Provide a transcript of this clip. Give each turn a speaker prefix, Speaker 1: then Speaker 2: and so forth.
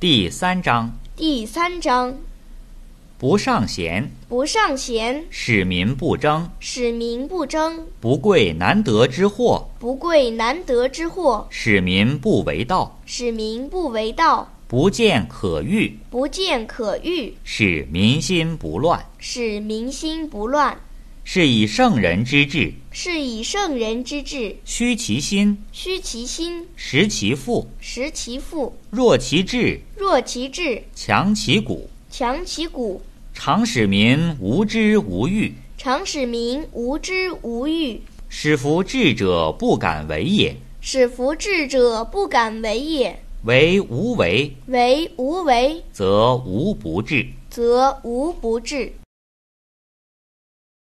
Speaker 1: 第三章
Speaker 2: 第三章
Speaker 1: 不尚贤，
Speaker 2: 不尚贤，
Speaker 1: 使民不争，
Speaker 2: 使民不争；
Speaker 1: 不贵难得之货，
Speaker 2: 不贵难得之货，
Speaker 1: 使民不为盗，
Speaker 2: 使民不为盗；
Speaker 1: 不见可欲，
Speaker 2: 不见可欲，
Speaker 1: 使民心不乱。
Speaker 2: 使民心不乱。
Speaker 1: 是以圣人之治，
Speaker 2: 是以圣人之治，
Speaker 1: 虚其心，
Speaker 2: 虚其心，
Speaker 1: 实其腹，
Speaker 2: 实其腹；
Speaker 1: 弱其志，
Speaker 2: 弱其志，
Speaker 1: 强其骨，
Speaker 2: 强其骨。
Speaker 1: 常使民无知无欲，
Speaker 2: 常使民无知无欲，
Speaker 1: 使夫智者不敢为也。
Speaker 2: 使夫智者不敢为也。
Speaker 1: 为无为，
Speaker 2: 为无为，
Speaker 1: 则无不治。
Speaker 2: 则无不治。